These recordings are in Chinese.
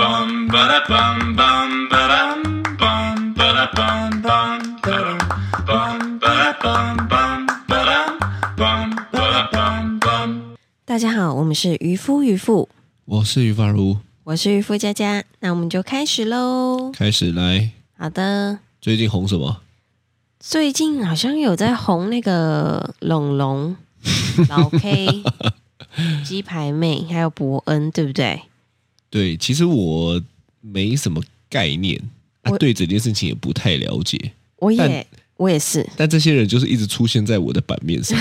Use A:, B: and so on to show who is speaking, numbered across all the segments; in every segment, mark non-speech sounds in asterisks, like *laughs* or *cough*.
A: bum ba da bum bum ba dum bum ba da bum bum ba dum bum ba da bum bum ba dum bum ba da bum bum.
B: 大家好，我们是渔夫渔妇，
C: 我是于法如，
B: 我是渔夫佳佳，那我们就开始喽。
C: 开始来。
B: 好的，
C: 最近红什么？
B: 最近好像有在红那个龙
C: *laughs*
B: 龙、老 K、鸡排妹，还有伯恩，对不对？
C: 对，其实我没什么概念，啊
B: 我、
C: 对这件事情也不太了解。
B: 我也
C: 但
B: 我也是， *laughs*
C: 但这些人就是一直出现在我的版面上。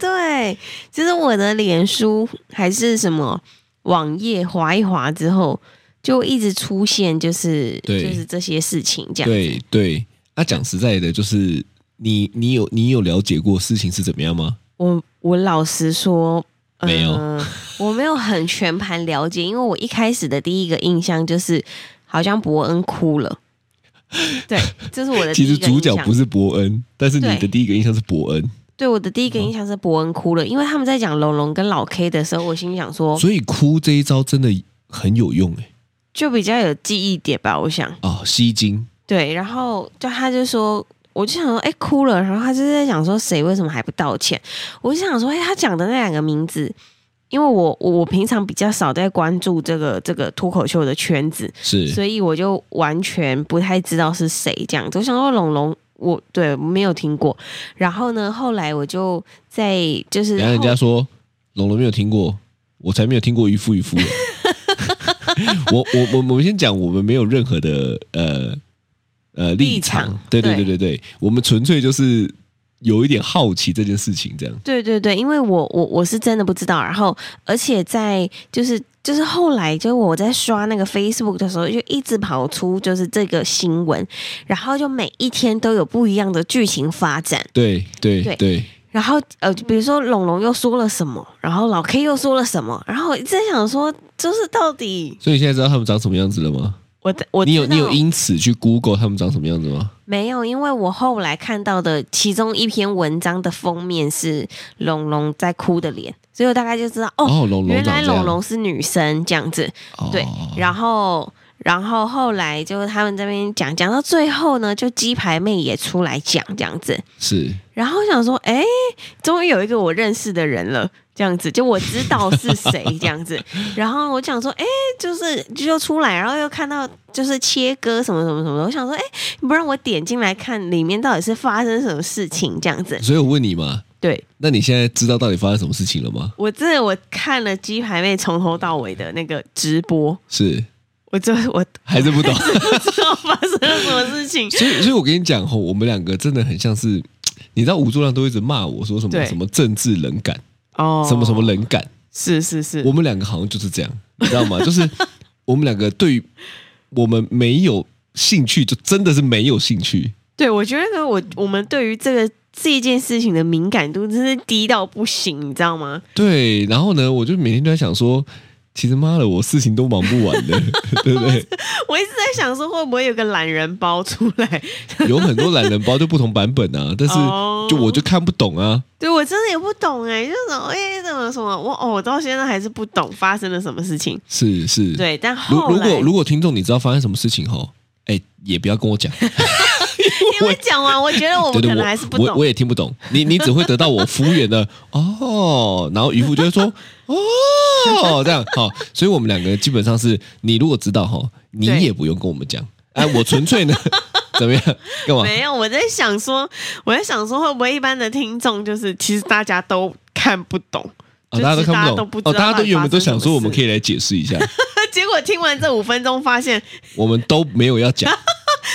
B: 对，其实我的脸书还是什么网页划一划之后，就一直出现就是
C: 对
B: 就是这些事情这样。
C: 对对，啊，讲实在的，就是你你有你有了解过事情是怎么样吗？
B: 我我老实说。呃
C: 没有，
B: 我没有很全盘了解，因为我一开始的第一个印象就是，好像伯恩哭了。对，这是我的第
C: 其
B: 一个
C: 实
B: 印象。
C: 主角不是伯恩，但是你的
B: 对
C: 第一个印象是伯恩，
B: 对我的第
C: 嗯
B: 一个印象是伯恩哭了，因为他们在讲龙龙跟老 K 的时候，我心想说，
C: 所以哭这一招真的很有用哎、
B: 就比较有记忆点吧，我想。
C: 啊，吸睛，
B: 对，然后就他就说，我就想说，哎、哭了。然后他就在想说，谁为什么还不道歉？我就想说，哎、他讲的那两个名字，因为我我我平常比较少在关注这个这个脱口秀的圈子，
C: 是
B: 所以我就完全不太知道是谁这样子。我想说，龙龙。我对没有听过，然后呢，后来我就在就是
C: 然后人
B: 后
C: 家说龙龙没有听过，我才没有听过渔夫渔夫
B: *laughs*
C: 嘞。我我我我们先讲，我们没有任何的呃呃
B: 立
C: 立场，
B: 场
C: 对对
B: 对
C: 对对对，我们纯粹就是有一点好奇这件事情，这样
B: 对对对，因为我我我是真的不知道，然后而且在就是就是后来就我在刷那个 Facebook 的时候，就一直跑出就是这个新闻，然后就每一天都有不一样的剧情发展，
C: 对对
B: 对
C: 对
B: 然后呃，比如说龙龙又说了什么，然后老 K 又说了什么，然后我一直在想说，就是到底
C: 所以你现在知道他们长什么样子了吗？
B: 我的我
C: 你有
B: 知道
C: 你有因此去 Google 他们长什么样子吗？
B: 没有？因为我后来看到的其中一篇文章的封面是龙龙在哭的脸，所以我大概就知道哦
C: 哦，龙龙
B: 原来
C: 长这
B: 龙
C: 样，
B: 龙是女生这样子，对
C: 哦
B: 然后然后后来就他们这边讲讲到最后呢，就鸡排妹也出来讲这样子，
C: 是
B: 然后我想说，哎，终于有一个我认识的人了，这样子就我知道是谁这样
C: *laughs*
B: 子，然后我想说，哎，就是就又出来，然后又看到就是切割什么什么什么的，我想说，哎，你不让我点进来看里面到底是发生什么事情这样子，
C: 所以我问你嘛，
B: 对。
C: 那你现在知道到底发生什么事情了吗？
B: 我真的我看了鸡排妹从头到尾的那个直播，
C: 是
B: 我就我
C: 还是
B: *laughs*
C: 不懂？
B: 不知道发生了什么事情。
C: 所以，所以我跟你讲吼，我们两个真的很像是，你知道吴作亮都一直骂我说什
B: 对
C: 么什么政治冷感，
B: 哦
C: 什么什么？冷感，
B: 是是是，
C: 我们两个好像就是这样，你知道吗？就是我们两个对于我们没有兴趣，就真的是没有兴趣。
B: 对我觉得我我们对于这个这件事情的敏感度真是低到不行，你知道吗？
C: 对，然后呢，我就每天都在想说，其实妈的，我事情都忙不完的， *laughs* 对不对？
B: 我一直在想说会不会有个懒人包出来？ *laughs*
C: 有很多懒人包就不同版本啊，但是
B: 哦
C: 就我就看不懂啊。
B: 对我真的也不懂哎、就是什么哎、怎么什么我哦，我到现在还是不懂发生了什么事情。
C: 是是，
B: 对，但
C: 如
B: 后
C: 如
B: 来 *laughs*
C: 果如果听众你知道发生什么事情吼，哎、也不要跟我讲。
B: 因为讲完，我觉得我
C: 对
B: 们哦可
C: 对，我
B: 能还是不
C: 我我
B: 懂。
C: 也听不懂，你你只会得到我敷衍的哦，然后渔夫就会说哦这样好、所以我们两个基本上是你如果知道哈，你
B: 对
C: 也不用跟我们讲，哎，我纯粹呢 *laughs* 怎么样干嘛？
B: 没有，我在想说，我在想说，会不会一般的听众就是其实大家都看不懂，
C: 哦，
B: 就是
C: 大家都
B: 大家
C: 看不
B: 都不
C: 懂
B: 知道
C: 哦，大家
B: 到
C: 都
B: 底
C: 原本
B: 发
C: 都
B: 生什么
C: 想说我们
B: 事
C: 可以来解释一下，
B: 结果听完这五分钟，发现
C: 我们都没有要讲，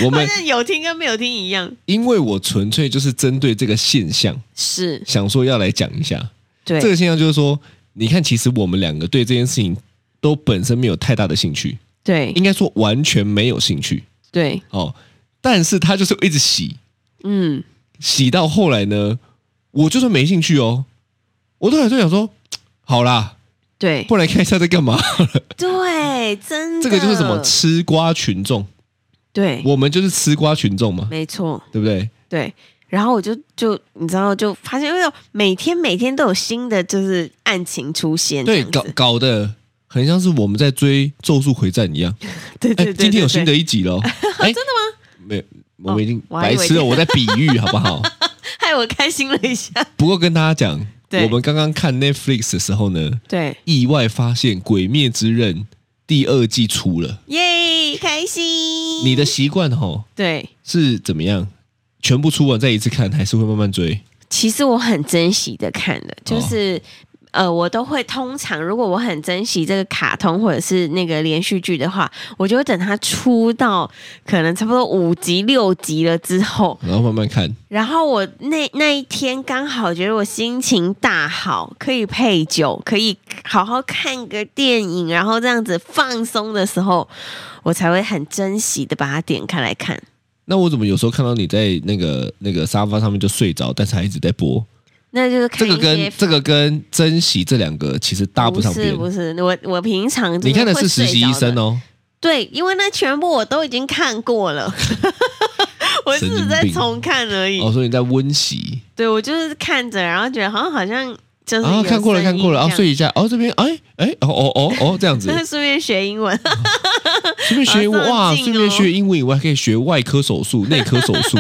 C: 我
B: 发 *laughs*
C: 们
B: 现有听跟没有听一样，
C: 因为我纯粹就是针对这个现象，
B: 是
C: 想说要来讲一下。
B: 对
C: 这个现象就是说，你看，其实我们两个对这件事情都本身没有太大的兴趣，
B: 对
C: 应该说完全没有兴趣
B: 对，
C: 哦。但是他就是一直洗，
B: 嗯，
C: 洗到后来呢，我就算没兴趣哦，我都还在想说，嘖好啦，
B: 对
C: 不然看一下在干嘛。 *laughs*
B: 对，真的，
C: 这个就是什么吃瓜群众，
B: 对，
C: 我们就是吃瓜群众嘛，
B: 没错，
C: 对不对？
B: 对。然后我就就你知道，就发现因为每天每天都有新的就是案情出现，
C: 对，
B: 这
C: 搞
B: 样子
C: 搞得很像是我们在追《咒术回战》一样，
B: 对 *laughs* 对
C: 哎
B: 对，
C: 今天有新
B: 对
C: 的一
B: *laughs*
C: 集了，哎，真的吗？没有，我们已经
B: 哦我还
C: 白
B: 以为
C: 痴了，我在比
B: *laughs*
C: 喻好不好？
B: 对害我开心了一下。
C: 不过跟大家讲，
B: 对
C: 我们刚刚看 Netflix 的时候呢，
B: 对，
C: 意外发现《鬼灭之刃》第二季出了。
B: 耶，开心。
C: 你的习惯吼
B: 对，
C: 是怎么样？全部出完再一次看，还是会慢慢追？
B: 其实我很珍惜的看的，就是、呃，我都会通常如果我很珍惜这个卡通或者是那个连续剧的话，我就会等它出到可能差不多五集六集了之后，
C: 然后慢慢看，
B: 然后我那那一天刚好觉得我心情大好，可以配酒，可以好好看个电影，然后这样子放松的时候，我才会很珍惜的把它点开来看。
C: 那我怎么有时候看到你在那个那个沙发上面就睡着，但是还一直在播？
B: 那就是看
C: 这个
B: 一些
C: 跟这个跟珍惜这两个其实搭不上边。
B: 不是不是，我我平常就是
C: 你看的是
B: 会
C: 实
B: 睡
C: 习
B: 着
C: 医生
B: 的，
C: 哦，
B: 对，因为那全部我都已经看过
C: *laughs*
B: 了，我只
C: 神经
B: 是在
C: 病
B: 重看而已。
C: 哦，所以你在温习
B: 对我就是看着，然后觉得好像好像就是
C: 啊，
B: 有
C: 看过了
B: 声
C: 看
B: 音
C: 过了啊，
B: 这样
C: 睡一下哦，这边哎哎哦哦哦哦这样
B: *laughs*
C: 子，
B: 顺便学英文， *laughs*
C: 顺便学英文
B: 好上
C: 哇，
B: 进哦
C: 顺便学英文以外还可以学外科手术、内科手术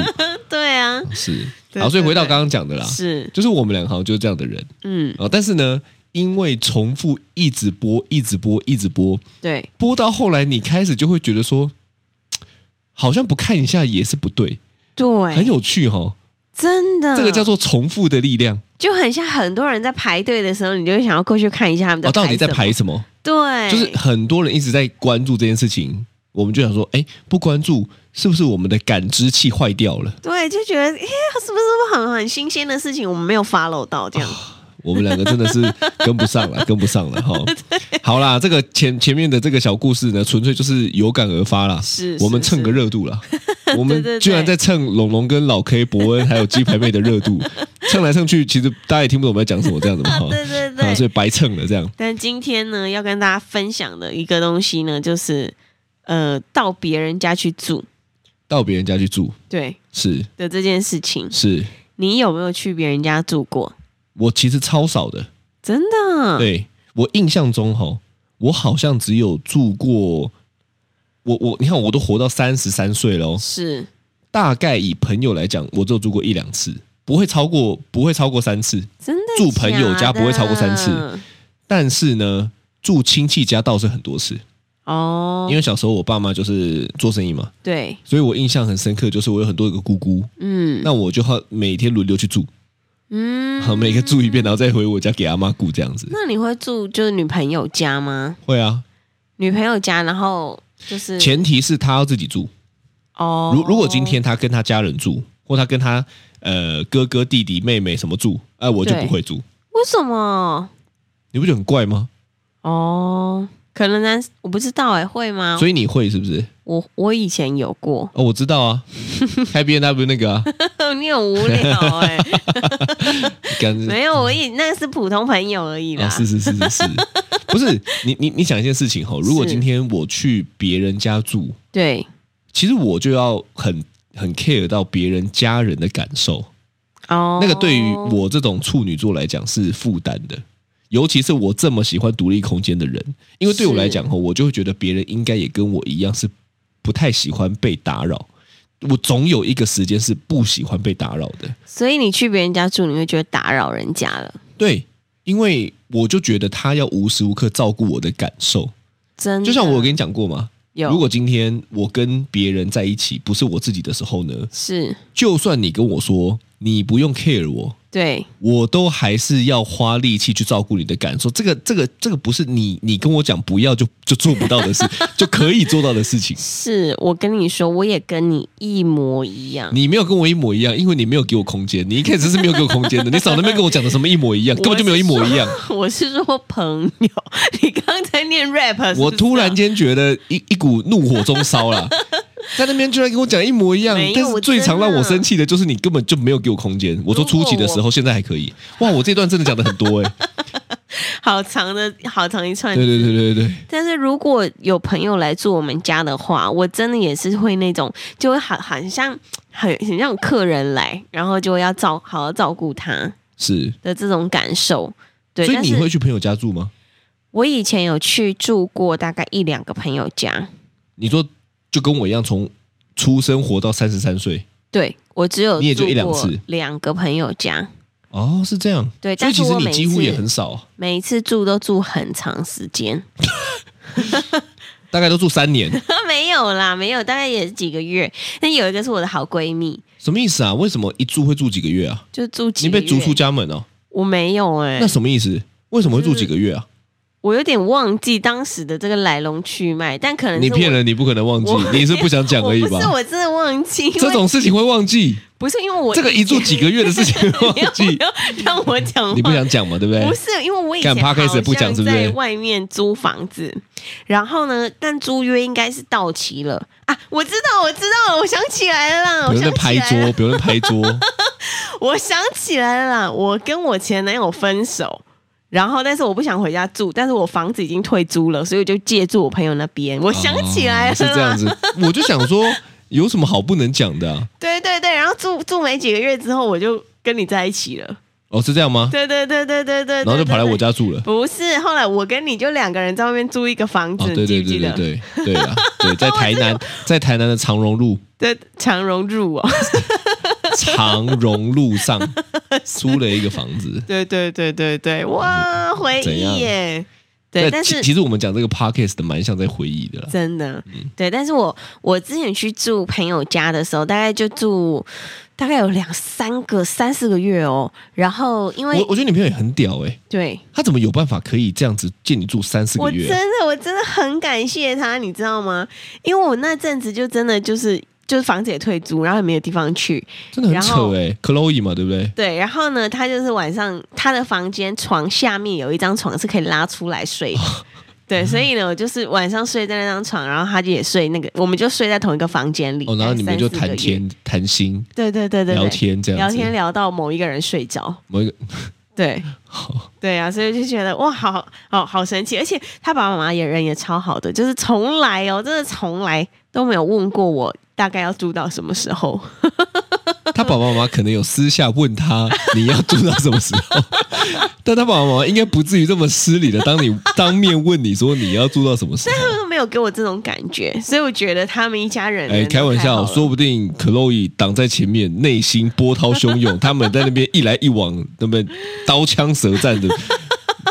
B: 对啊，
C: *laughs* 是。
B: 对
C: 好，所以
B: 对
C: 回到
B: 对
C: 刚刚讲的啦，
B: 是，
C: 就是我们两个好像就是这样的人
B: 嗯，
C: 啊，但是呢，因为重复一直播、一直播、一直播，
B: 对，
C: 播到后来你开始就会觉得说，好像不看一下也是不对，
B: 对，嗯
C: 很有趣哈、哦。
B: 真的，
C: 这个叫做重复的力量。
B: 就很像很多人在排队的时候，你就会想要过去看一下他们在
C: 哦，到底在
B: 什么
C: 排什么？
B: 对，
C: 就是很多人一直在关注这件事情，我们就想说，哎，不关注是不是我们的感知器坏掉了？
B: 对，就觉得哎，是不是很很新鲜的事情，我们没有 follow 到这样？
C: 我们两个真的是跟不上了，跟不上了
B: *laughs*
C: 哈。好啦，这个前前面的这个小故事呢，纯粹就是有感而发啦。
B: 是
C: 我们
B: 是
C: 蹭个
B: 是
C: 热度啦。我
B: 对
C: 们
B: *laughs* 对对
C: 居然在蹭龙龙跟老 K 伯恩还有鸡排妹的热
B: *laughs*
C: 度，蹭来蹭去，其实大家也听不懂我们在讲什么这样子嘛哈。
B: 对对
C: 啊，
B: 对，
C: 所以白蹭了这样。
B: 但今天呢，要跟大家分享的一个东西呢，就是呃，到别人家去住，
C: 到别人家去住，
B: 对
C: 是
B: 的这件事情，
C: 是，
B: 你有没有去别人家住过？
C: 我其实超少的。
B: 真的，
C: 对我印象中哈，我好像只有住过，我我你看我都活到三十三岁了哦，
B: 是
C: 大概以朋友来讲，我只有住过一两次，不会超过不会超过三次。
B: 真的。
C: 住朋友家不会超过三次但是呢，住亲戚家倒是很多次，
B: 哦，
C: 因为小时候我爸妈就是做生意嘛，
B: 对，
C: 所以我印象很深刻，就是我有很多个姑姑，
B: 嗯
C: 那我就要每天轮流去住，
B: 嗯，
C: 好每个住一遍，然后再回我家给阿妈顾这样子。
B: 那你会住就是女朋友家吗？
C: 会啊，
B: 女朋友家，然后就是
C: 前提是她要自己住。
B: 哦，
C: 如如果今天他跟他家人住，或他跟他呃哥哥、弟弟、妹妹什么住，哎、我就
B: 对
C: 不会住。
B: 为什么
C: 你不觉得很怪吗？
B: 哦？可能男我不知道哎、会吗？
C: 所以你会是不是？
B: 我我以前有过，
C: 哦，我知道
B: *laughs*
C: 啊，Happy N W 那个啊，
B: 你很无聊
C: *laughs*
B: 哎、
C: 感觉
B: 没有，我也那是普通朋友而已啦。
C: 啊，嗯是是是
B: *laughs*
C: 是是，不是你你你想一件事情哈，如果
B: 是
C: 今天我去别人家住，
B: 对，
C: 其实我就要很很 care 到别人家人的感受，
B: 哦，
C: 那个对于我这种处女座来讲是负担的，尤其是我这么喜欢独立空间的人，因为对我
B: 是
C: 来讲吼，我就会觉得别人应该也跟我一样是不太喜欢被打扰。我总有一个时间是不喜欢被打扰的，
B: 所以你去别人家住，你会觉得打扰人家了，
C: 对，因为我就觉得他要无时无刻照顾我的感受，
B: 真的。
C: 就像我跟你讲过嘛，
B: 嗯有，
C: 如果今天我跟别人在一起不是我自己的时候呢，
B: 是
C: 就算你跟我说你不用 care 我，
B: 对
C: 我都还是要花力气去照顾你的感受。这个、这个、这个不是你你跟我讲不要就就做不到的事，就可以做到的事情。
B: 是，我跟你说，我也跟你一模一样。
C: 你没有跟我一模一样，因为你没有给我空间。你一开始是没有给我空间的，你少那边跟我讲的什么一模一样，根本就没有一模一样。
B: 我是说朋友， *laughs* 你刚才念 rap，是不是啊
C: 我突然间觉得一一股怒火中烧了，在那边居然跟我讲一模一样
B: 没有。
C: 但是最常让我生气的就是你根本就没有给我空间。我说初期的时
B: 如果
C: 候，现在还可以。哇，我这段真的讲的很多哎、
B: 好长的好长一串
C: 对对对对对，
B: 但是如果有朋友来住我们家的话，我真的也是会那种，就会好好像很很像客人来，然后就要照好好照顾他
C: 是。
B: 的这种感受。对，
C: 所以
B: 但
C: 你
B: 是
C: 会去朋友家住吗？
B: 我以前有去住过大概一两个朋友家，
C: 你说就跟我一样，从出生活到三十三岁，
B: 对我只有
C: 你也就
B: 住
C: 一两
B: 过
C: 次
B: 两个朋友家，
C: 哦，是这样。
B: 对
C: 所以
B: 但是
C: 其实
B: 我
C: 你
B: 每
C: 几乎
B: 次
C: 也很少，
B: 每一次住都住很长时间， *laughs*
C: 大概都住三年，
B: 没有啦，没有，大概也是几个月。但有一个是我的好闺蜜，
C: 什么意思啊？为什么一住会住几个月啊？
B: 就住几
C: 你
B: 个
C: 被
B: 月。
C: 逐出家门哦？
B: 我没有哎、
C: 那什么意思？为什么会住几个月啊？
B: 我有点忘记当时的这个来龙去脉，但可能
C: 你
B: 是我
C: 骗，人，你不可能忘记
B: 我，
C: 你是不想讲
B: 我
C: 而已
B: 不是，
C: 吧？
B: 我真的忘记。因为
C: 这种事情会忘记，
B: 不是因为我
C: 这个一住几个月的事情
B: 你要
C: 会忘
B: *laughs* 不
C: 记，
B: 要让我讲话？
C: 你不想讲嘛？对不对
B: 不？是，因为我以
C: 干
B: 前好
C: podcast 也
B: 像
C: 不讲是不是
B: 在外面租房子，然后呢，但租约应该是到期了啊！我知道，我知道了，我想起来了啦，
C: 不
B: 啊我
C: 用在
B: 想
C: 拍
B: 起来了
C: 桌，，不用在拍桌。
B: 我想起来了啦，我跟我前男友分手。然后，但是我不想回家住，但是我房子已经退租了，所以我就借住我朋友那边。我 *laughs* 想起来了啦、
C: 哦是这样子，我就想说，有什么好不能讲的啊、
B: 对对对。然后住住没几个月之后，我就跟你在一起了。
C: 哦，是这样吗？
B: 对对对对对对对
C: 然后就跑来
B: 对
C: 我家住了。
B: 不是，后来我跟你就两个人在外面租一个房子，
C: 哦，对
B: 你记
C: 对
B: 不记
C: 对对
B: 得？
C: 对对啦，
B: *laughs*
C: 对，在台南，在台南的长荣路，
B: 对，长荣入
C: *laughs*
B: 哦，
C: 长荣路
B: *laughs*
C: 上租了一个房子。
B: 对对对对对，哇，回
C: 怎样
B: 忆耶，对，但
C: 其
B: 是
C: 其实我们讲这个 podcast 蛮像在回忆的啦。
B: 真的，
C: 嗯
B: 对，但是我我之前去住朋友家的时候，大概就住大概有两三个、三四个月哦，然后因为
C: 我我觉得你朋友也很屌哎、
B: 对。
C: 他怎么有办法可以这样子借你住三四
B: 我
C: 个
B: 真
C: 月啊、
B: 的，我真的很感谢他，你知道吗？因为我那阵子就真的就是就是房子也退租，然后也没有地方去，
C: 真的很
B: 然
C: 扯
B: 后
C: 哎、Chloe 嘛，对不对？
B: 对，然后呢，他就是晚上他的房间床下面有一张床是可以拉出来睡
C: *laughs*
B: 的。对，所以呢，我就是晚上睡在那张床，然后他就也睡那个，我们就睡在同一个房间里。
C: 哦，然后你们
B: 三
C: 就
B: 四个
C: 谈
B: 月，
C: 天谈心
B: 对对对对对，
C: 聊天这样
B: 聊
C: 子，
B: 天聊到某一个人睡着，
C: 某一个
B: 对
C: 好
B: 对啊，所以就觉得哇，好好好好神奇，而且他爸爸妈妈也人也超好的，就是从来哦，真的从来都没有问过我大概要住到什么时候。
C: 他爸爸妈妈可能有私下问他你要住到什么时
B: *laughs*
C: 候，但他爸爸妈妈应该不至于这么失礼的，当你 *laughs* 当面问你说你要住到什么时候。
B: 都没有给我这种感觉，所以我觉得他们一家人
C: 哎，开玩笑，说不定 Chloe 挡在前面，内心波涛汹涌，他们在那边一来一往，那么刀枪舌战的，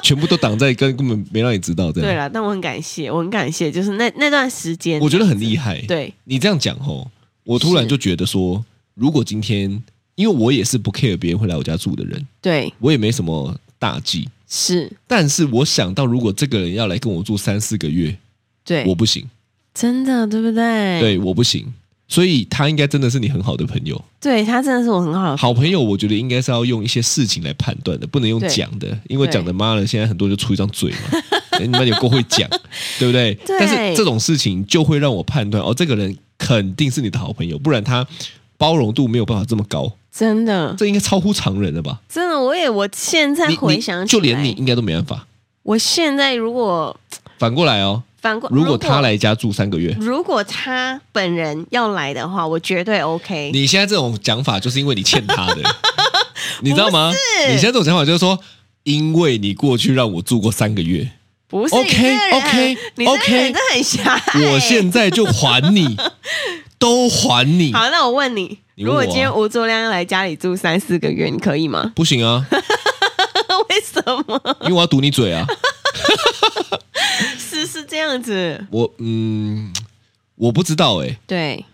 C: 全部都挡在跟根本没让你知道这
B: 对
C: 样。
B: 了，但我很感谢，我很感谢，就是那那段时间，
C: 我觉得很厉害。
B: 对
C: 你这样讲吼，我突然
B: 是
C: 就觉得说，如果今天，因为我也是不 care 别人会来我家住的人，
B: 对
C: 我也没什么大忌，
B: 是，
C: 但是我想到，如果这个人要来跟我住三四个月，
B: 对，
C: 我不行，
B: 真的对不对？
C: 对，我不行。所以他应该真的是你很好的朋友，
B: 对他真的是我很好的，
C: 好朋友，我觉得应该是要用一些事情来判断的，不能用
B: 对
C: 讲的，因为
B: 对
C: 讲的妈的，现在很多就出一张嘴
B: *laughs*
C: 嘛，哎你们有够会讲，对不对？
B: 对
C: 但是这种事情就会让我判断，哦，这个人肯定是你的好朋友，不然他包容度没有办法这么高，
B: 真的
C: 这应该超乎常人了吧？
B: 真的，我也我现在
C: 你
B: 回
C: 你
B: 想起
C: 就
B: 来，
C: 连你应该都没办法。
B: 我现在如果
C: 反过来哦，
B: 反过，
C: 如果他。来家住三个月，
B: 如果他本人要来的话，我绝对 OK。
C: 你现在这种讲法，就是因为你欠他
B: *laughs*
C: 的，你知道吗？你现在这种讲法就是说，因为你过去让我住过三个月，
B: 不是
C: OK，
B: 你这个人
C: OK，
B: 你这
C: OK
B: 个人真的很欸狭隘。
C: 我现在就还
B: *laughs*
C: 你，都还你，
B: 好，那我问你，
C: 你
B: 如
C: 问我啊
B: 果今天吴作亮要来家里住三四个月，你可以吗？ *laughs*
C: 不行啊，
B: 为什么？
C: 因为我要堵你嘴啊。
B: 是是这样子，
C: 我嗯，我不知道哎、
B: 对，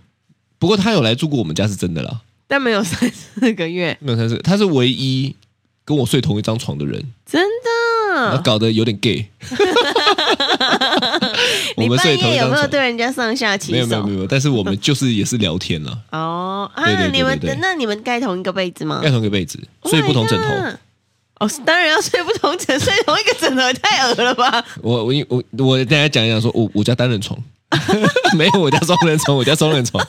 C: 不过他有来住过我们家是真的啦，
B: 但没有三四个月，
C: 没有他是他是唯一跟我睡同一张床的人，
B: 真
C: 然后
B: 的。
C: 搞得有点
B: *laughs*
C: gay。我
B: 你
C: 们
B: 半
C: 睡同一
B: 夜有
C: 张
B: 没有
C: 床，
B: 对人家上下其
C: 没有没有
B: 手
C: 没？有，但是我们就是也是聊天啊了。
B: 哦
C: 对对
B: 啊，
C: 对
B: 你们
C: 对对
B: 那你们盖同一个被子吗
C: 盖？同一个被子，睡不同枕
B: Oh
C: 头。
B: my god。哦，当然要睡不同枕， *laughs* 睡同一个枕头也太恶了吧？
C: 我我我我等一下讲一讲，说我哦我家单人床， *laughs* 没有我家双人床，我家双人
B: *laughs*
C: 床，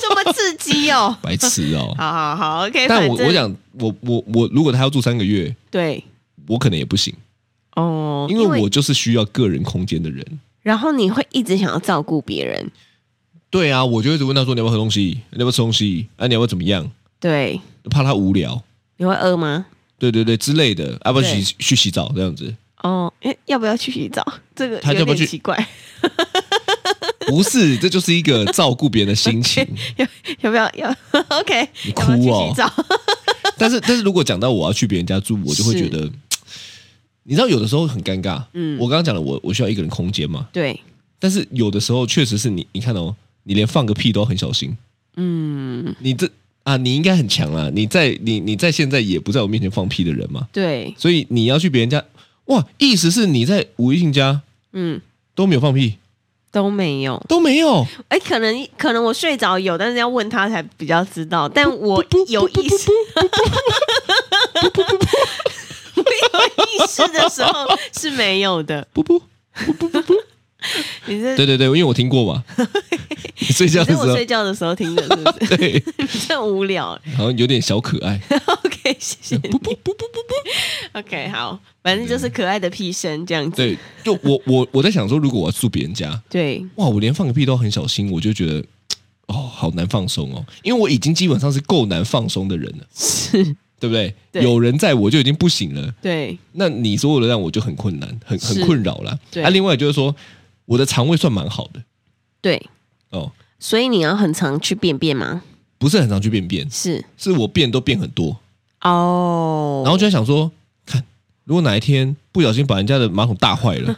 B: 这么刺激哦！
C: 白痴哦。
B: 好好好，OK 反
C: 但
B: 正。
C: 我我想，我我我如果他要住三个月，
B: 对
C: 我可能也不行，
B: 哦，
C: 因为我就是需要个人空间的人。
B: 然后你会一直想要照顾别人，
C: 对啊，我就一直问他说你要不要喝东西，你要不要吃东西，啊你要不要怎么样，
B: 对，
C: 怕他无聊，
B: 你会饿吗？
C: 对对对之类的，啊要不要去
B: 对
C: 去洗澡这样子。
B: 哦，诶要不要去洗澡？这个
C: 他
B: 有
C: 要不要
B: 点
C: 去
B: 奇怪。
C: 不是，这就是一个照顾别人的
B: *laughs*
C: 心情。
B: 要要不要要？OK，
C: 你
B: 要不要
C: 哭
B: 去
C: 哦
B: 洗澡？
C: 但是，但是如果讲到我要去别人家住，我就会
B: 是
C: 觉得，你知道，有的时候很尴尬。
B: 嗯
C: 我刚刚讲了，我我需要一个人空间嘛。
B: 对，
C: 但是有的时候确实是你，你看哦，你连放个屁都很小心。
B: 嗯，
C: 你这啊，你应该很强啦。你在你你在现在也不在我面前放屁的人嘛，
B: 对，
C: 所以你要去别人家，哇，意思是你在吴一信家
B: 嗯，
C: 都没有放屁，
B: 都没有。
C: 都没有。
B: 哎，可能可能我睡着有，但是要问他才比较知道。但我有意识，我有意识的时候是没有的。
C: 不不，
B: 你是
C: 对对对，因为我听过
B: *laughs*
C: 嘛。你睡觉
B: 你
C: 的
B: 是
C: 时
B: 我
C: 候
B: 睡，觉的时候听的，是不是？
C: 对，
B: *laughs* 真无聊。
C: 好像有点小可
B: *laughs*
C: 爱。
B: OK，谢谢你。OK，好， *laughs* 反正就是可爱的屁声这样子。
C: 对，就我我我在想说，如果我要住别人家，
B: 对，
C: 哇，我连放个屁都很小心，我就觉得哦，好难放松哦，因为我已经基本上是够难放松的人了，
B: 是，
C: 对不对？
B: 对
C: 有人在我就已经不行了，
B: 对，
C: 那你所有的让我就很困难，很很
B: 是
C: 困扰啦。
B: 对
C: 啊，另外就是说，我的肠胃算蛮好的
B: 对。
C: 哦，
B: 所以你要很常去便便吗？
C: 不是很常去便便，
B: 是
C: 是我便都便很多，
B: 哦。
C: 然后就在想说，看如果哪一天不小心把人家的马桶大坏
B: *laughs*
C: 了，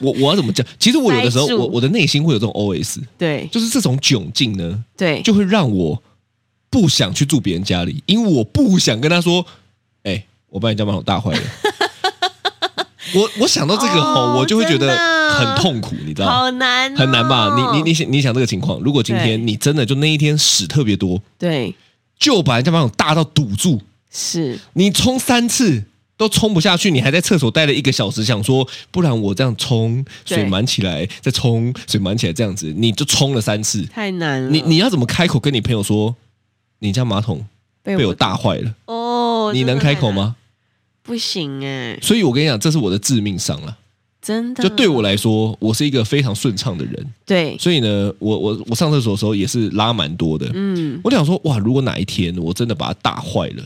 C: 我我要怎么讲？其实我有的时候，
B: 塞住
C: 我我的内心会有这种 OS，
B: 对
C: 就是这种窘境呢，
B: 对，
C: 就会让我不想去住别人家里，因为我不想跟他说，哎、我把你家马桶大坏了。 *laughs* 我我想到这个吼，
B: 哦
C: 我就会觉
B: 真
C: 得
B: 的
C: 很痛苦，你知道吗？
B: 好难哦、
C: 啊很难吧？你你你想你想这个情况，如果今
B: 对
C: 天你真的就那一天屎特别多，
B: 对
C: 就把人家马桶大到堵住，
B: 是
C: 你冲三次都冲不下去，你还在厕所待了一个小时，想说不然我这样冲
B: 对
C: 水满起来，再冲水满起来，这样子你就冲了三次，
B: 太难了。
C: 你你要怎么开口跟你朋友说你家马桶
B: 被
C: 被我大坏了？
B: 哦，
C: 你能
B: 真的
C: 开
B: 太
C: 口
B: 难？
C: 吗？
B: 不行哎、
C: 所以我跟你讲，这是我的致命伤了。
B: 真的。
C: 就对我来说，我是一个非常顺畅的人，
B: 对，
C: 所以呢，我我我上厕所的时候也是拉蛮多的。
B: 嗯，
C: 我想说，哇，如果哪一天我真的把它大坏了，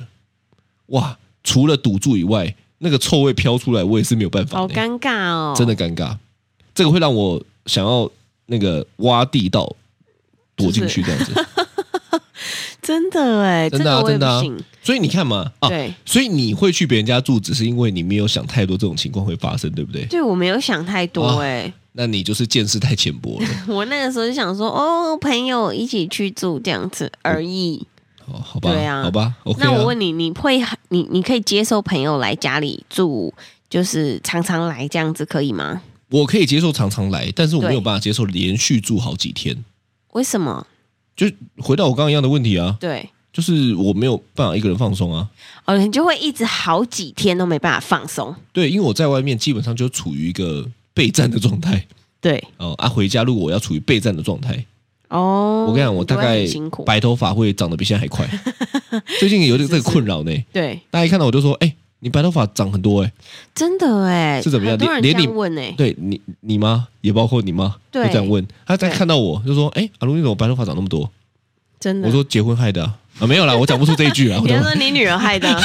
C: 哇，除了堵住以外，那个臭味飘出来，我也是没有办法
B: 好
C: 的、
B: 尴尬哦，
C: 真的尴尬。这个会让我想要那个挖地道躲进去这样子。
B: *laughs* 真的哎，
C: 真的啊
B: 这个我也
C: 真的啊
B: 不行。
C: 所以你看嘛，啊，
B: 对，
C: 所以你会去别人家住，只是因为你没有想太多这种情况会发生，对不对？
B: 对我没有想太多
C: 啊
B: 哎，
C: 那你就是见识太浅薄了。
B: *laughs* 我那个时候就想说，哦，朋友一起去住这样子而已。
C: 哦，好吧，
B: 对啊
C: 好吧，OK
B: 那我
C: 嗯啊。
B: 问你，你会你你可以接受朋友来家里住，就是常常来这样子可以吗？
C: 我可以接受常常来，但是我
B: 对
C: 没有办法接受连续住好几天。
B: 为什么？
C: 就回到我刚刚一样的问题啊，
B: 对，
C: 就是我没有办法一个人放松啊。
B: 哦，你就会一直好几天都没办法放松。
C: 对，因为我在外面基本上就处于一个备战的状态 *laughs*
B: 对，
C: 哦啊，回家如果我要处于备战的状态，
B: 哦，
C: 我跟你讲，我大
B: 就会
C: 概
B: 很辛苦。
C: 白头发会长得比现在
B: *laughs*
C: 还快。最近有这个这个困扰呢，
B: 对，
C: 大家一看到我就说，哎、你白头发长很多哎、
B: 真的哎，
C: 是怎么样
B: 很多人
C: 连
B: 这
C: 连你
B: 样问哎，
C: 对你你妈也包括你妈，就
B: 对
C: 这样问。她在
B: 对
C: 看到我就说：“哎、阿卢，你怎么白头发长那么多
B: 真？”的。
C: 我说：“结婚害的啊。啊”没有啦，我讲不出这一句啦，我
B: 你
C: 讲
B: 要说你女儿害
C: *laughs*
B: 的啊，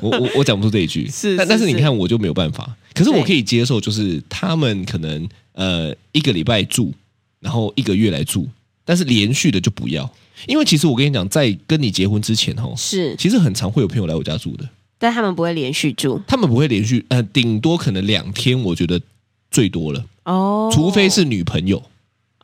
C: 我我我讲不出这一句。
B: *laughs* 是
C: 但
B: 是
C: 但是你
B: 是
C: 看，我就没有办法。可是
B: 对
C: 我可以接受，就是他们可能呃一个礼拜住，然后一个月来住，但是连续的就不要，因为其实我跟你讲，在跟你结婚之前哦，
B: 是，
C: 其实很常会有朋友来我家住的，
B: 但他们不会连续住
C: 他们不会连续，呃，顶多可能两天，我觉得最多了，
B: 哦，
C: 除非是女朋友。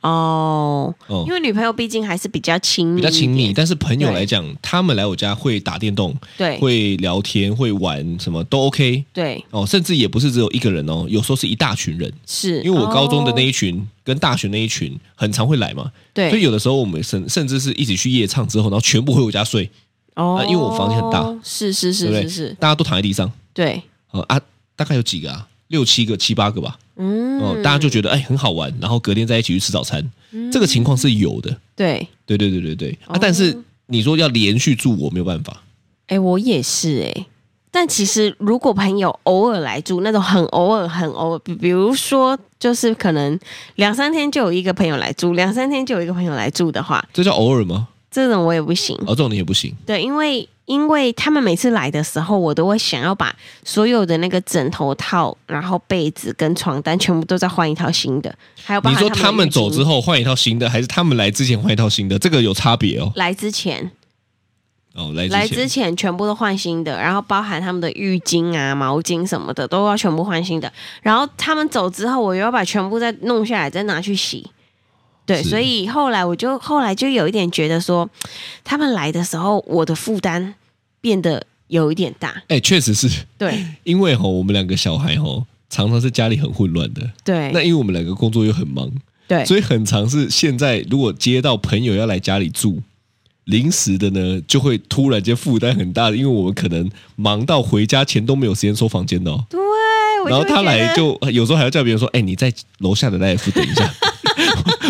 B: 哦，
C: 哦
B: 因为女朋友毕竟还是比较亲密一
C: 比较
B: 点，
C: 亲密，但是朋友
B: 对
C: 来讲，他们来我家会打电动，
B: 对
C: 会聊天，会玩什么都 OK
B: 对
C: 哦，甚至也不是只有一个人哦，有时候是一大群人，
B: 是，
C: 因为我高中的那
B: 哦
C: 一群、跟大学那一群很常会来嘛，所以
B: 对
C: 有的时候我们甚甚至是一起去夜唱之后，然后全部回我家睡，
B: 哦
C: 啊因为我房间很大，
B: 是是
C: 对不
B: 是
C: 对
B: 是是，
C: 大家都躺在地上，
B: 对，
C: 哦啊，大概有几个啊，六七个、七八个吧，哦，
B: 嗯，
C: 大家就觉得哎很好玩，然后隔天在一起去吃早餐，这个情况是有的，
B: 对，
C: 对对对对对啊
B: 哦，
C: 但是你说要连续住，我没有办法。
B: 哎，我也是哎。但其实，如果朋友偶尔来住，那种很偶尔、很偶尔，比比如说，就是可能两三天就有一个朋友来住，两三天就有一个朋友来住的话，
C: 这叫偶尔吗？
B: 这种我也不行。
C: 哦，这种你也不行。
B: 对，因为因为他们每次来的时候，我都会想要把所有的那个枕头套，然后被子跟床单全部都再换一套新的，还有包
C: 你
B: 含
C: 说
B: 他
C: 他们走之
B: 后
C: 后换一套新的，还是他们来之前换一套新的？这个有差别哦。
B: 来之前
C: 哦，来
B: 来
C: 之
B: 之
C: 前
B: 前全部都换新的，然后包含他们的浴巾啊、毛巾什么的都要全部换新的，然后他们走之后，我又要把全部再弄下来，再拿去洗。对，
C: 是
B: 所以后来我就后来就有一点觉得说，他们来的时候我的负担变得有一点大。
C: 哎，确实是
B: 对
C: 因为吼，我们两个小孩吼，常常是家里很混乱的。
B: 对
C: 那因为我们两个工作又很忙，
B: 对，
C: 所以很常是现在如果接到朋友要来家里住，临时的呢就会突然间负担很大的，因为我们可能忙到回家前都没有时间收房间的、哦。
B: 对，我
C: 然后
B: 就会
C: 他
B: 觉
C: 来
B: 得
C: 就有时候还要叫别人说：“哎、你在楼下的那 F 等
B: *laughs*
C: 一下，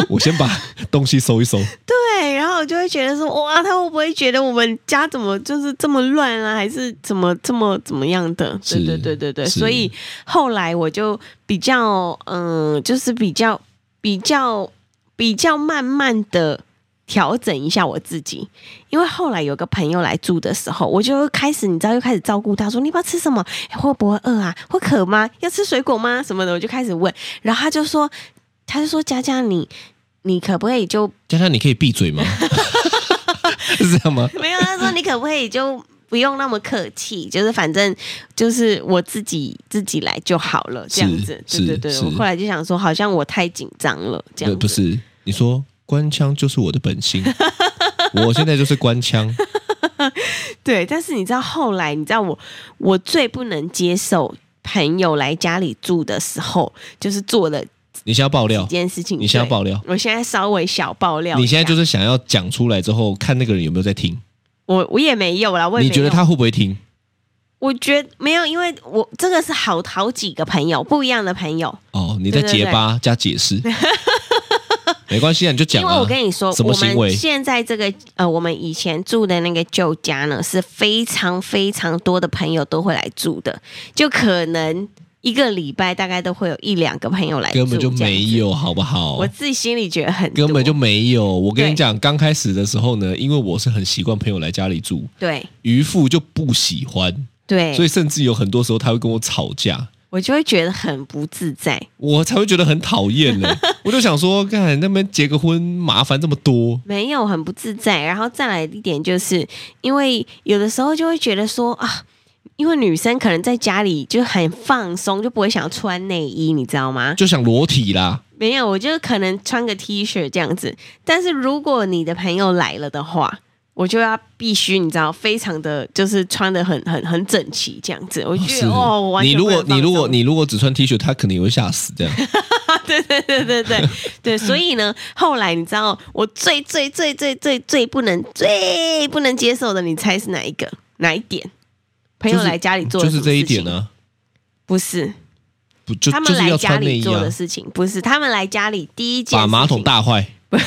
C: 我先把东西收一收。
B: 对，然后我就会觉得说，哇，他会不会觉得我们家怎么就是这么乱啊，还是怎么这么怎么样的？对
C: 是
B: 对对对对，
C: 是
B: 所以后来我就比较，嗯、就是比较比较比较慢慢的。调整一下我自己，因为后来有个朋友来住的时候，我就开始，你知道，又开始照顾他，说你要不要吃什么？哎会不会饿啊？会渴吗？要吃水果吗？什么的，我就开始问，然后他就说，他就说佳佳，你你可不可以就”
C: 佳佳，你可以闭嘴吗？ *laughs* 是这样吗？
B: 没有，他说你可不可以就不用那么客气，就是反正就是我自己自己来就好了，这样子。
C: 是
B: 对对对，
C: 是
B: 我后来就想说，好像我太紧张了，这样
C: 呃
B: 子。
C: 不是，你说官腔就是我的本性， *laughs* 我现在就是
B: *laughs*
C: 官腔。
B: 对，但是你知道后来，你知道我我最不能接受朋友来家里住的时候，就是做了一
C: 你现在爆料，
B: 件事情。
C: 你现在
B: 对
C: 爆料，
B: 我现在稍微小爆料一下，
C: 你现在就是想要讲出来之后，看那个人有没有在听。
B: 我我也没有啦，我也
C: 你
B: 没
C: 觉得
B: 有
C: 他会不会听？
B: 我觉得没有，因为我这个是好好几个朋友，不一样的朋友，
C: 哦，你在
B: 对对
C: 结巴加
B: *laughs*
C: 解释，没关系啊，你就讲
B: 因为
C: 啊
B: 我。跟你说，
C: 什么
B: 我
C: 行
B: 们
C: 为
B: 现在这个呃，我们以前住的那个旧家呢，是非常非常多的朋友都会来住的，就可能一个礼拜大概都会有一两个朋友来住，
C: 根本就没
B: 这样子。
C: 有，好不好
B: 我？自己心里觉得很多
C: 根本就没有。我跟
B: 对
C: 你讲，刚开始的时候呢，因为我是很习惯朋友来家里住，
B: 对
C: 渔父就不喜欢，
B: 对，
C: 所以甚至有很多时候他会跟我吵架，
B: 我就会觉得很不自在。
C: 我才会觉得很讨厌
B: *laughs*
C: 呢。我就想说，看那边结个婚麻烦这么多，
B: 没有很不自在。然后再来一点，就是因为有的时候就会觉得说啊，因为女生可能在家里就很放松，就不会想穿内衣，你知道吗？
C: 就想裸体啦。
B: 没有，我就可能穿个 T 恤这样子。但是如果你的朋友来了的话，我就要必须你知道，非常的就是穿的很很很整齐这样子。我就觉
C: 是
B: 得哦，我完
C: 你
B: 全
C: 如
B: 不
C: 果
B: 能放
C: 你如果
B: 松
C: 你如果只穿 T 恤，他肯定也会吓死这样。
B: *laughs* 对对对对对对，所以呢，后来你知道我最最最最最最不能最不能接受的，你猜是哪一个哪一点？朋友
C: 就是
B: 来家里做的
C: 就是这一点
B: 呢、
C: 呢、
B: 不是
C: 不就
B: 他
C: 就
B: 们
C: 是
B: 来
C: 要
B: 家
C: 穿内
B: 里
C: 衣
B: 做
C: 啊
B: 的，事情，不是他们来家里第一件
C: 把马
B: 事情
C: 桶大坏。哎，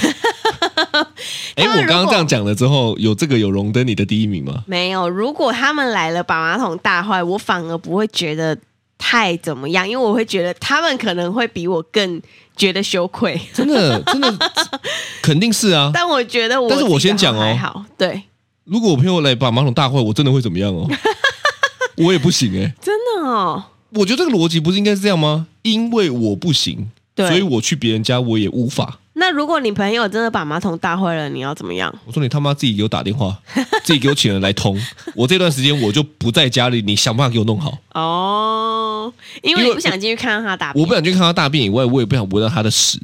B: *laughs* 他们如
C: 我
B: 果
C: 刚刚这样讲了之后，有这个有荣登你的第一名吗？
B: 没有。如果他们来了把马桶大坏，我反而不会觉得太怎么样，因为我会觉得他们可能会比我更觉得羞愧。
C: 真的，
B: *laughs*
C: 真的，肯定是啊。
B: 但我觉得我
C: 但是我
B: 自己
C: 先讲哦
B: 还好，对，
C: 如果我朋友来把马桶大坏，我真的会怎么
B: *laughs*
C: 样哦？我也不行哎、
B: 真的哦，
C: 我觉得这个逻辑不是应该是这样吗？因为我不行，
B: 对
C: 所以我去别人家我也无法。
B: 那如果你朋友真的把马桶大坏了，你要怎么样？
C: 我说你他妈自己给我打
B: *laughs*
C: 电话，自己给我请人来通。我这段时间我就不在家里，你想办法给我弄好。
B: 啊哦，因为
C: 因为
B: 你不想进去看到他打
C: 我
B: 便，
C: 不想去看他大便以外，我也不想闻到他的屎。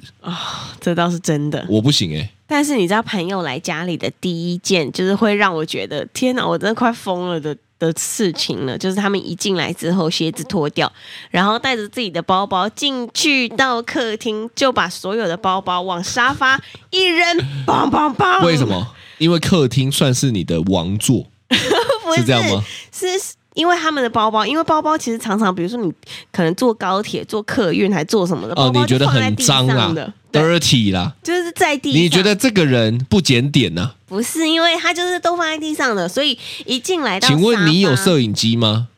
B: 这倒是真的。
C: 我不行哎、
B: 但是你知道，朋友来家里的第一件，就是会让我觉得天哪，我真的快疯了的的事情了。就是他们一进来之后，鞋子脱掉，然后带着自己的包包进去到客厅，就把所有的包包往沙发一扔，梆梆梆。
C: *laughs* 为什？么？因为客厅算是你的王座，
B: 不
C: 是这样吗？
B: 是因为他们的包包，因为包包其实常常，比如说你可能坐高铁、坐客运还坐什么的，
C: 哦
B: 包，包
C: 你
B: 就
C: 觉得
B: 放在
C: 很
B: 地
C: 脏
B: 上
C: 啊
B: 的，对，
C: ，dirty 啦。
B: 就是在地上。
C: 你觉得这个人不检点啊呐、
B: 不是？因为他就是都放在地上的，所以一进来到，
C: 请问你有？摄影机吗？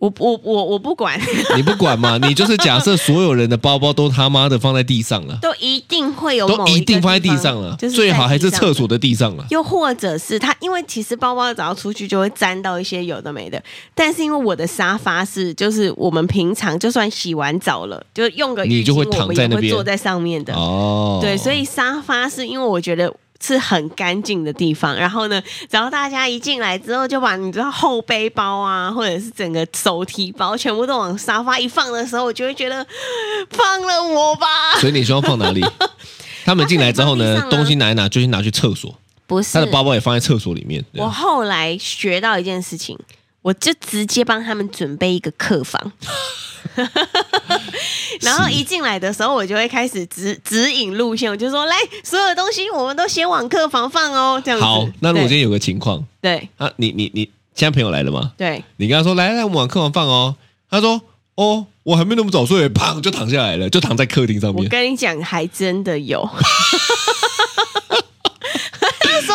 B: 我我我我不管， *laughs*
C: 你不管嘛，你就是假设所有人的包包都他妈的放在地上了，
B: 都一定会有
C: 都
B: 某
C: 一
B: 个
C: 定放在
B: 地
C: 地
B: 方
C: 上了，
B: 就是
C: 最
B: 在
C: 好还
B: 地
C: 是
B: 上
C: 厕所的地上了。
B: 又或者是他，因为其实包包只要出去就会沾到一些有的没的，但是因为我的沙发是，就是我们平常就算洗完澡了，就用个
C: 你
B: 浴巾
C: 就会
B: 我
C: 躺
B: 们
C: 在
B: 也
C: 那
B: 会
C: 边
B: 坐在上面的。
C: 哦，
B: 对，所以沙发是因为我觉得是很干净的地方。然后呢，只要大家一进来之后，就把你知道后背包啊，或者是整个手提包全部都往沙发一放的时候，我就会觉得 *laughs* 放了我吧。
C: *laughs* 所以你希望放哪
B: *laughs*
C: 里？他们进来之后
B: 他
C: 呢
B: 可以放地上，啊
C: 东西拿一拿就去拿去厕所，
B: 不是
C: 他的包包也放在厕所里面。对
B: 我后来学到一件事情，我就直接帮他们准备一个客
C: *laughs*
B: 房。然后一进来的时候，我就会开始指指引路线，我就说：“来，所有的东西我们都先往客房放哦。”这样子。
C: 好，那如果
B: 对
C: 今天有个情况
B: 对
C: 啊，你你你，现在朋友来了吗？
B: 对，
C: 你跟他说来来，我们往客房放哦。他说哦，我还没那么早睡，砰就躺下来了，就躺在客厅上
B: 我
C: 面。
B: 跟你讲，还真的有。 *laughs* 他就说：“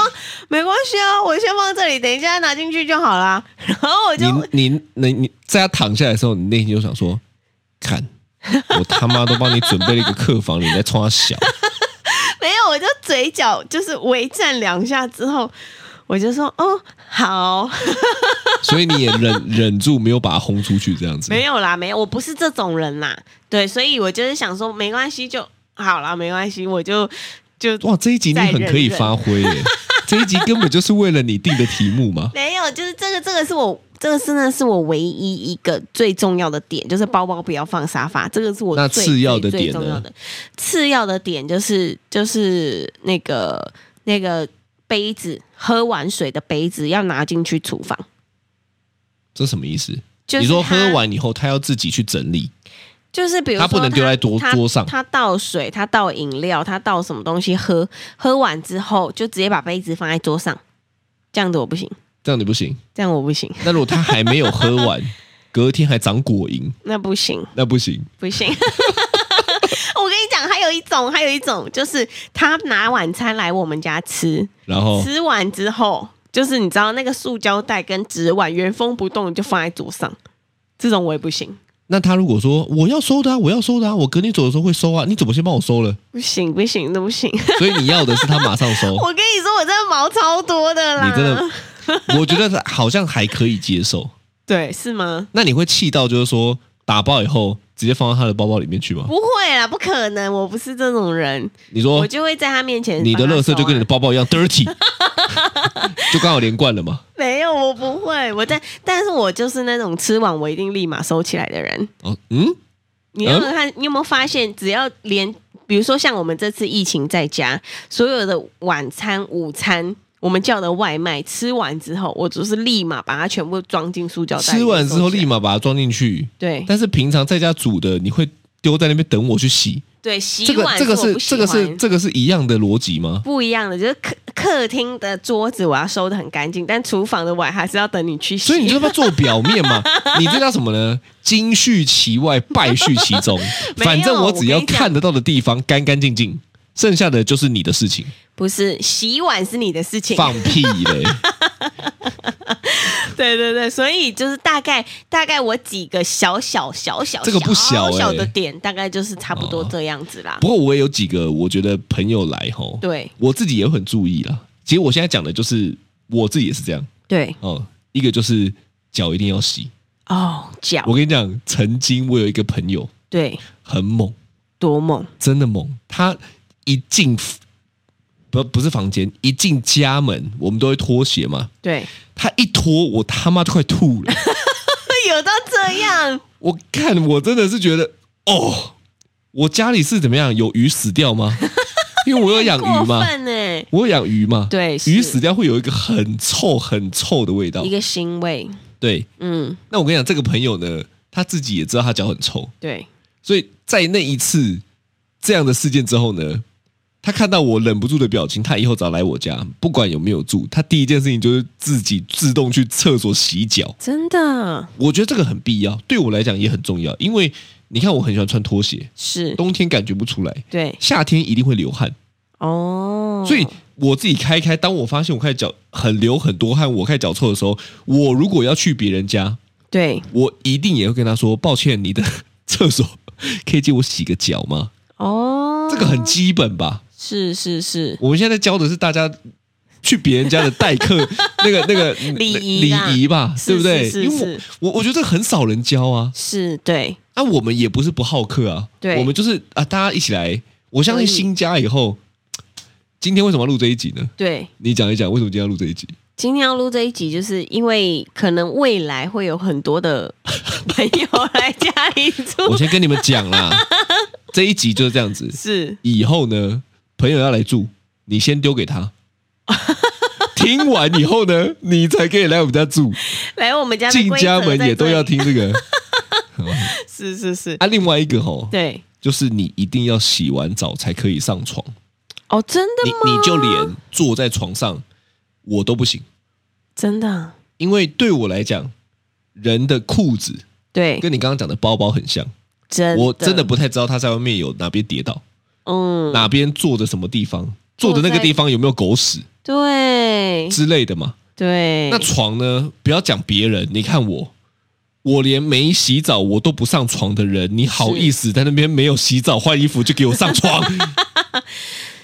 B: 没关系啊，我先放这里，等一下拿进去就好啦。”然后我就
C: 你你你你在他躺下来的时候，你内心就想说，看我他妈都帮你准备了一个客房，你在冲他小，
B: 没有，我就嘴角就是微战两下之后，我就说哦好，
C: 所以你也忍忍住没有把他轰出去这样子。
B: 没有啦，没有，我不是这种人啦，对，所以我就是想说没关系就好啦，没关系，我就就
C: 哇，这一集你
B: 再
C: 很
B: 忍
C: 可以
B: 忍
C: 发
B: *laughs*
C: 挥耶！这一集根本就是为了你定的题目嘛。
B: 没有，就是这个这个是我这个真的是我唯一一个最重要的点，就是包包不要放沙发，这个是我
C: 那
B: 最
C: 次要的
B: 最最
C: 点呢
B: 重要的次要的点就是就是那个那个杯子，喝完水的杯子要拿进去厨房。
C: 这什么意思？
B: 就是
C: 你说
B: 它
C: 喝完以后，他要自己去整理，
B: 就是比如
C: 它
B: 说
C: 不能丢在桌
B: 他
C: 桌上
B: 他倒水，他倒饮料，他倒什么东西喝，喝完之后就直接把杯子放在桌上，这样子我不行，
C: 这样你不行。
B: 这样我不行，
C: 那如果他还没有喝完，
B: *laughs*
C: 隔天还长果蝇，
B: 那不行
C: 那不行。
B: 不行。 *laughs* 我跟你讲，还有一种，还有一种就是他拿晚餐来我们家吃，
C: 然后
B: 吃完之后就是你知道那个塑胶袋跟纸碗原封不动地就放在桌上，这种我也不行，
C: 那他如果说我要收的啊，我要收的啊，我隔天走的时候会收啊，你怎么先帮我收了？
B: 不行不行，那不行。
C: *laughs* 所以你要的是他马上
B: *laughs*
C: 收，
B: 我跟你说，我真的毛超多的啦，
C: 你真的，我觉得好像还可以接受。
B: 对是吗？
C: 那你会气到就是说打包以后直接放到他的包包里面去吗？
B: 不会啦，不可能，我不是这种人，
C: 你说
B: 我就会在他面前、
C: 哦你的垃圾就跟你的
B: 的
C: 包包一样
B: *laughs*
C: dirty，就刚好连贯了嘛。
B: 没有，我不会，我但但是我就是那种吃完我一定立马收起来的人。
C: 哦，嗯，
B: 你有没有看？你有没有发现，只要连比如说像我们这次疫情在家，所有的晚餐、午餐。我们叫的外卖吃完之后，我就是立马把它全部装进塑胶袋里面收
C: 吃
B: 起来。
C: 完之后立马把它装进去。
B: 对
C: 但是平常在家煮的，你会丢在那边等我去洗。
B: 对洗
C: 这个
B: 碗
C: 这
B: 我
C: 个是
B: 不喜
C: 这个是
B: 欢
C: 这个是一样的逻辑吗？
B: 不一样的，就是客客厅的桌子我要收的很干净，但厨房的碗还是要等你去洗。
C: 所以你就要做表面
B: *laughs*
C: 嘛，你这叫什么呢？金絮其外，败絮其
B: *laughs*
C: 中。
B: 没有
C: 反正我只要
B: 我跟你讲
C: 看得到的地方干干净净，剩下的就是你的
B: *laughs*
C: 事情。
B: 不是洗碗是你的事情，
C: 放屁嘞！
B: *laughs* 对对对，所以就是大概大概我几个小小小小
C: 这个不小
B: 小
C: 欸
B: 的点，大概就是差不多这样子啦。
C: 不过我也有几个，我觉得朋友来吼，
B: 对
C: 我自己也很注意啦。其实我现在讲的就是我自己也是这样
B: 对
C: 哦。一个就是脚一定要洗。
B: 哦，脚
C: 我跟你讲，曾经我有一个朋友
B: 对
C: 很猛，
B: 多猛
C: 真的猛。他一进 f- 不不是房间，一进家门，我们都会脱鞋嘛。
B: 对，
C: 他一脱，我他妈都快吐了。 *laughs*
B: 哎有到这样，
C: 我看，我真的是觉得，哦，我家里是怎么样？有鱼死
B: *laughs*
C: 掉吗？因为我有养
B: 过
C: 鱼嘛，
B: 分呢、欸
C: 我有养鱼嘛。
B: 对
C: 鱼
B: 是
C: 死掉会有一个很臭、很臭的味道
B: 一。个腥味，
C: 对，
B: 嗯，
C: 那我跟你讲，这个朋友呢，他自己也知道他脚很臭，
B: 对，
C: 所以在那一次这样的事件之后呢，他看到我忍不住的表情，他以后只要来我家，不管有没有住，他第一件事情就是自己自动去厕所洗脚。
B: 真的
C: 我觉得这个很必要，对我来讲也很重要，因为你看我很喜欢穿拖鞋，
B: 是，
C: 冬天感觉不出来，
B: 对
C: 夏天一定会流汗，
B: 哦，
C: 所以我自己开一开，当我发现我开始脚很流很多汗，我开始脚臭的时候，我如果要去别人家，
B: 对，
C: 我一定也会跟他说抱歉，你的 *laughs* 厕所可以借我洗个脚吗？
B: 哦，
C: 这个很基本吧？
B: 是是是，
C: 我们现在教的是大家去别人家的待
B: *laughs*
C: 客那个那个
B: 礼仪啦
C: 礼仪吧，
B: 是
C: 对不对？
B: 是是
C: 因为
B: 是
C: 我我我觉得这很少人教啊，
B: 是对，
C: 啊，我们也不是不好客啊，
B: 对
C: 我们就是啊，大家一起来。我相信
B: 所以
C: 新家以后，今天为什么要录这一集呢？
B: 对。
C: 你讲一讲为什么今天要录这一集？
B: 今天要录这一集，就是因为可能未来会有很多
C: *laughs*
B: 的朋友来家里
C: 我
B: 住，
C: 先跟你们
B: *laughs*
C: 讲啦，这一集就是这样子。
B: 是
C: 以后呢，朋友要来住，你先丢
B: *laughs*
C: 给他。听完以后呢，你才可以来我们家住。
B: 来我们家的
C: 进
B: 规则
C: 家门
B: 在
C: 也都
B: 这
C: 要
B: 里，
C: 听这
B: *laughs*
C: 个。
B: 是是是，
C: 啊，另外一个吼，
B: 对，
C: 就是你一定要洗完澡才可以上床，
B: 哦，真的
C: 你
B: 吗？
C: 你就连坐在床上我都不行，
B: 真的啊
C: 因为对我来讲，人的裤子
B: 对，
C: 跟你刚刚讲的包包很像，
B: 真
C: 我真的不太知道他在外面有哪边跌倒，
B: 嗯，
C: 哪边坐着什么地方，坐的那个
B: 坐在
C: 地方有没有狗屎
B: 对
C: 之类的嘛。
B: 对，
C: 那床呢？不要讲别人，你看我。我连没洗澡我都不上床的人，你好
B: 是
C: 意思在那边没有洗澡换衣服就给我上床？
B: *laughs*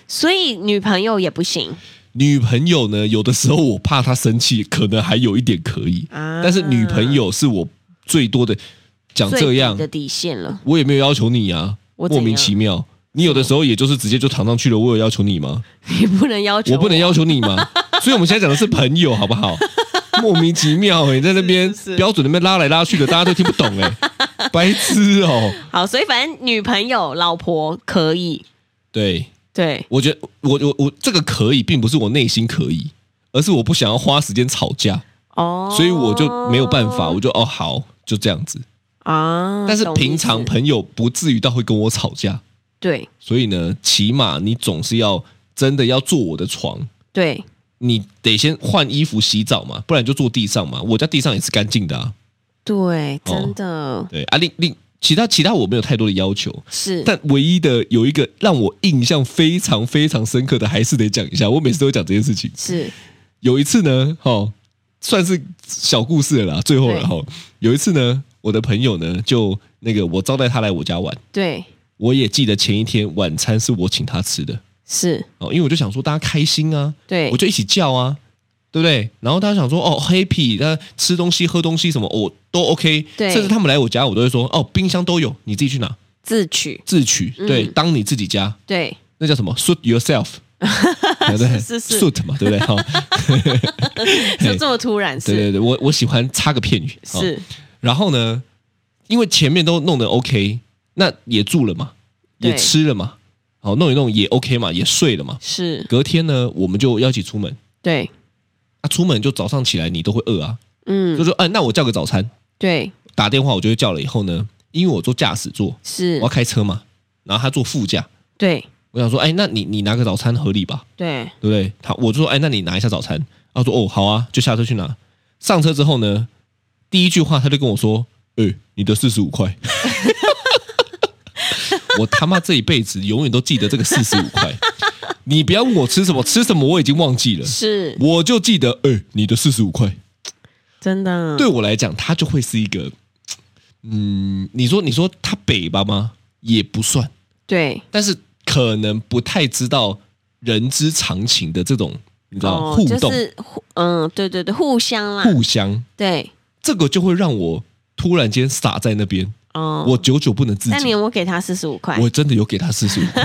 B: 所以女朋友也不行
C: 女朋友呢，有的时候我怕她生气，可能还有一点可以，
B: 啊
C: 但是女朋友是我最多的。讲
B: 最
C: 这
B: 低
C: 样，
B: 的底线了， *laughs*
C: 我也没有要求你啊，
B: 我怎
C: 莫
B: 样
C: 名其妙。你有的时候也就是直接就躺上去了，我有要求你吗？
B: 你不能要求
C: *laughs* 我不能要求你吗？ *laughs* 所以我们现在讲的是朋友，好不
B: *laughs*
C: 好？莫名其妙哎、你在那边
B: 是是是
C: 标准那边拉来拉去的，大家都听不懂
B: *laughs*
C: 哎、白痴哦。
B: 好，所以反正女朋友、老婆可以，
C: 对，
B: 对，
C: 我觉得我我我这个可以，并不是我内心可以，而是我不想要花时间吵架。
B: 哦，
C: 所以我就没有办法，我就哦好，就这样子。
B: 啊，
C: 但是
B: 懂
C: 平
B: 意思
C: 常朋友不至于到会跟我吵架，
B: 对
C: 所以呢，起码你总是要真的要坐我的床，
B: 对
C: 你得先换衣服、洗澡嘛，不然就坐地上嘛。我家地上也是干净的啊，
B: 对，
C: 哦
B: 真的、
C: 对啊。另另其他其他我没有太多的要求，
B: 是
C: 但唯一的有一个让我印象非常非常深刻的，还是得讲一下。我每次都会讲这件事情。
B: 是
C: 有一次呢，哦，算是小故事了啦，最后了哈、哦。有一次呢，我的朋友呢，就那个我招待他来我家玩，
B: 对
C: 我也记得前一天晚餐是我请他吃的
B: 是
C: 哦，因为我就想说大家开心啊，
B: 对
C: 我就一起叫啊，对不对？然后大家想说哦，happy，那吃东西喝东西什么我、都 OK，
B: 对
C: 甚至他们来我家，我都会说哦，冰箱都有，你自己去拿
B: 自取
C: 自取，
B: 嗯
C: 对，当你自己家，
B: 对
C: 那叫什么 suit
B: *laughs*
C: yourself，对不对
B: 是是
C: suit 嘛，
B: *laughs*
C: 对不对？哈、
B: 就这么突然
C: 对
B: 是
C: 对对，我我喜欢插个片语。哦
B: 是
C: 然后呢，因为前面都弄得 OK，那也住了嘛，
B: 对
C: 也吃了嘛，好弄一弄也 OK 嘛，也睡了嘛。
B: 是
C: 隔天呢，我们就要一起出门。
B: 对
C: 啊，出门就早上起来你都会饿啊，
B: 嗯
C: 就说，哎，那我叫个早餐。
B: 对
C: 打电话我就会叫了以后呢，因为我坐驾驶座，我
B: 是
C: 要开车嘛，然后他坐副驾，
B: 对
C: 我想说，哎，那你你拿个早餐合理吧？
B: 对
C: 对不对？他我就说，哎，那你拿一下早餐。他说，哦，好啊，就下车去拿。上车之后呢，第一句话他就跟我说，哎，你的四十五块。 *laughs* 我他妈这一辈子永远都记得这个四十五块。你不要问我吃什么，吃什么我已经忘记了，
B: 是
C: 我就记得，哎，你的四十五块。
B: 真的
C: 对我来讲，它就会是一个，嗯，你说你说它北吧吗？也不算，
B: 对
C: 但是可能不太知道人之常情的这种，你知道、
B: 哦
C: 互动、
B: 就是嗯互嗯对对对互相啊啦
C: 互相，
B: 对
C: 这个就会让我突然间傻在那边，
B: 哦
C: 我久久不能自
B: 那你
C: 己。
B: 有没有给他四十五块？
C: 我真的有给他四十五
B: *laughs*
C: 块，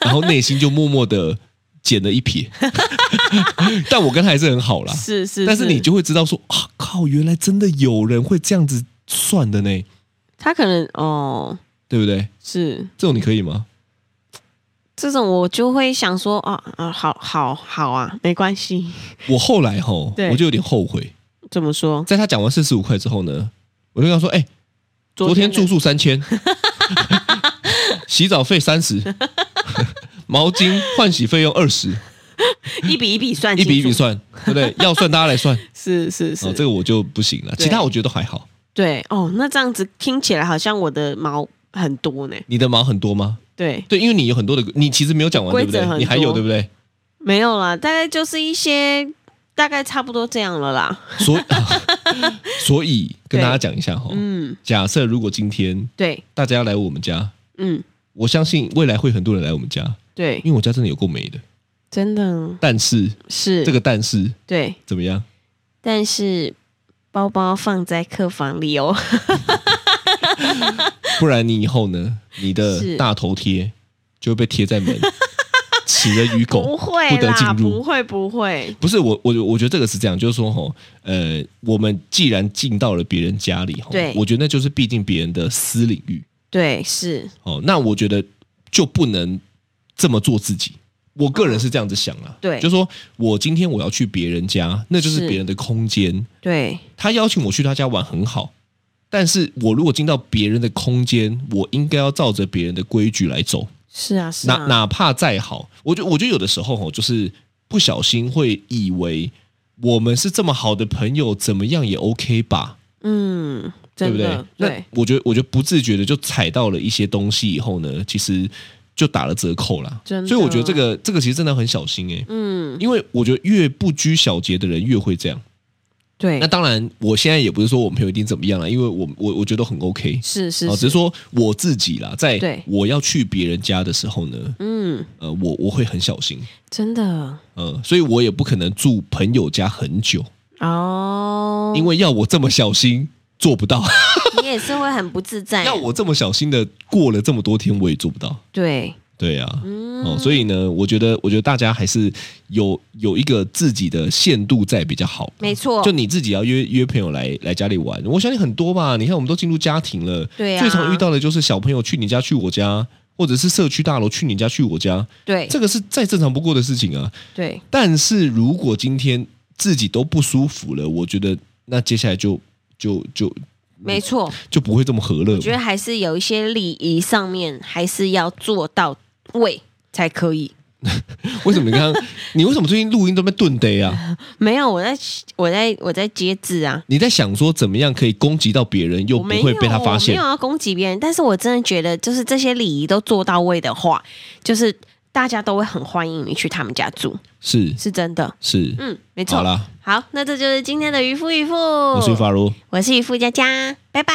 C: 然后内心就默默的减了
B: *laughs*
C: 一撇，但我跟他还是很好啦。
B: 是是，
C: 但是你就会知道说啊靠，原来真的有人会这样子算的呢，
B: 他可能哦
C: 对不对？
B: 是
C: 这种你可以吗？
B: 这种我就会想说啊啊，好好好啊，没关系。
C: 我后来吼，
B: 对
C: 我就有点后悔，
B: 怎么说？
C: 在他讲完四十五块之后呢，我就跟他说：“哎、昨天
B: 的
C: 住宿
B: *laughs*
C: 三千，洗澡费三十，毛巾换洗费用二十，
B: 一笔一笔算清
C: 一
B: 楚，
C: 笔一笔算，对
B: *laughs*
C: 不对？要算大家来算。
B: 是是是，
C: 哦，这个我就不行了，
B: 对
C: 其他我觉得都还好。
B: 对哦。那这样子听起来好像我的毛很多呢。
C: 你的毛很多吗？
B: 对，
C: 对，因为你有很多的，你其实没有讲完，对
B: 规
C: 不
B: 则
C: 对？
B: 很
C: 你还有
B: 多
C: 对不对？
B: 没有啦，大概就是一些大概差不多这样了啦。
C: 所以， *laughs* 所以跟
D: 对
C: 大家讲一下哈，
D: 嗯，
C: 假设如果今天
D: 对，
C: 大家要来我们家，
D: 嗯，
C: 我相信未来会很多人来我们家，
D: 对，
C: 因为我家真的有够美的。
D: 真的
C: 但是
D: 是
C: 这个但是
D: 对，
C: 怎么样？
D: 但是包包放在客房里哦， *laughs*
C: 不然你以后呢，你的
D: 是
C: 大头贴就会被贴
D: *laughs*
C: 在门，死人与狗
D: 不会
C: 不得进
D: 啦，不
C: 入。
D: 会不会，
C: 不是我，我我觉得这个是这样，就是说吼，呃，我们既然进到了别人家里，吼
D: 对
C: 我觉得那就是毕竟别人的私领域，
D: 对，是
C: 哦，那我觉得就不能这么做自己。我个人是这样子想啊，
D: 对
C: 就说我今天我要去别人家，那就是
D: 是
C: 别人的空间，
D: 对，
C: 他邀请我去他家玩很好，但是我如果进到别人的空间，我应该要照着别人的规矩来走，
D: 是啊，是
C: 哪
D: 啊，
C: 哪怕再好，我觉我觉得有的时候哦，就是不小心会以为我们是这么好的朋友，怎么样也 OK 吧，
D: 嗯，
C: 对
D: 真
C: 不对
D: 的？，
C: 那
D: 对，
C: 我觉得我觉得不自觉的就踩到了一些东西以后呢，其实就打了折扣啦。
D: 真的
C: 所以我觉得这个这个其实真的很小心诶、
D: 嗯，
C: 因为我觉得越不拘小节的人越会这样。
D: 对
C: 那，当然，我现在也不是说我朋友一定怎么样了，因为我我我觉得都很 OK
D: 是是
C: 哦，只是，说我自己啦，在
D: 对
C: 我要去别人家的时候呢，
D: 嗯，
C: 呃，我我会很小心，
D: 真的
C: 呃，所以我也不可能住朋友家很久，
D: 哦，
C: 因为要我这么小心做不到，
D: 你也是会很不自在，
C: *laughs* 要我这么小心的过了这么多天，我也做不到。
D: 对，
C: 对呀、
D: 嗯
C: 哦，所以呢，我觉得，我觉得大家还是有有一个自己的限度在比较好。
D: 没错，
C: 就你自己要约约朋友来来家里玩，我相信很多吧。你看，我们都进入家庭了，
D: 对啊
C: 最常遇到的就是小朋友去你家去我家，或者是社区大楼去你家去我家，
D: 对
C: 这个是再正常不过的事情啊。
D: 对，
C: 但是如果今天自己都不舒服了，我觉得那接下来就就就
D: 没错，
C: 就不会这么和乐
D: 我觉得
C: 嘛。
D: 还是有一些礼仪上面还是要做到位才可以。
C: 为什么你刚刚 *laughs* 你为什么最近录音都在顿呆啊？
D: 没有，我在我在我在接字啊，
C: 你在想说怎么样可以攻击到别人，又
D: 我
C: 不
D: 没有
C: 会被他发现
D: 我没？有要攻击别人，但是我真的觉得，就是这些礼仪都做到位的话，就是大家都会很欢迎你去他们家住，
C: 是
D: 是真的。
C: 是，
D: 嗯，没错。
C: 好啦，
D: 好那这就是今天的渔夫渔夫，
C: 我是发如。
D: 我是渔夫佳佳，拜拜。